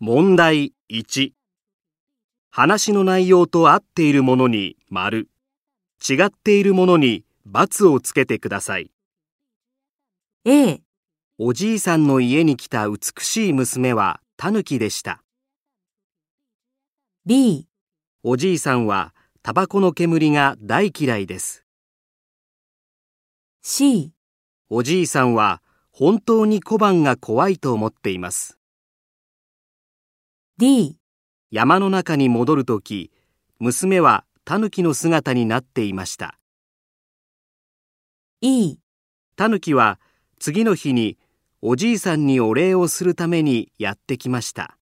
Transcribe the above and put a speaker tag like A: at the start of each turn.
A: 問題1。話の内容と合っているものに丸、違っているものに×をつけてください。
B: A、
A: おじいさんの家に来た美しい娘はタヌキでした。
B: B、
A: おじいさんはタバコの煙が大嫌いです。
B: C、
A: おじいさんは本当に小判が怖いと思っています。
B: D、
A: 山の中に戻るとき、娘はタヌキの姿になっていました。
B: E、
A: タヌキは次の日におじいさんにお礼をするためにやってきました。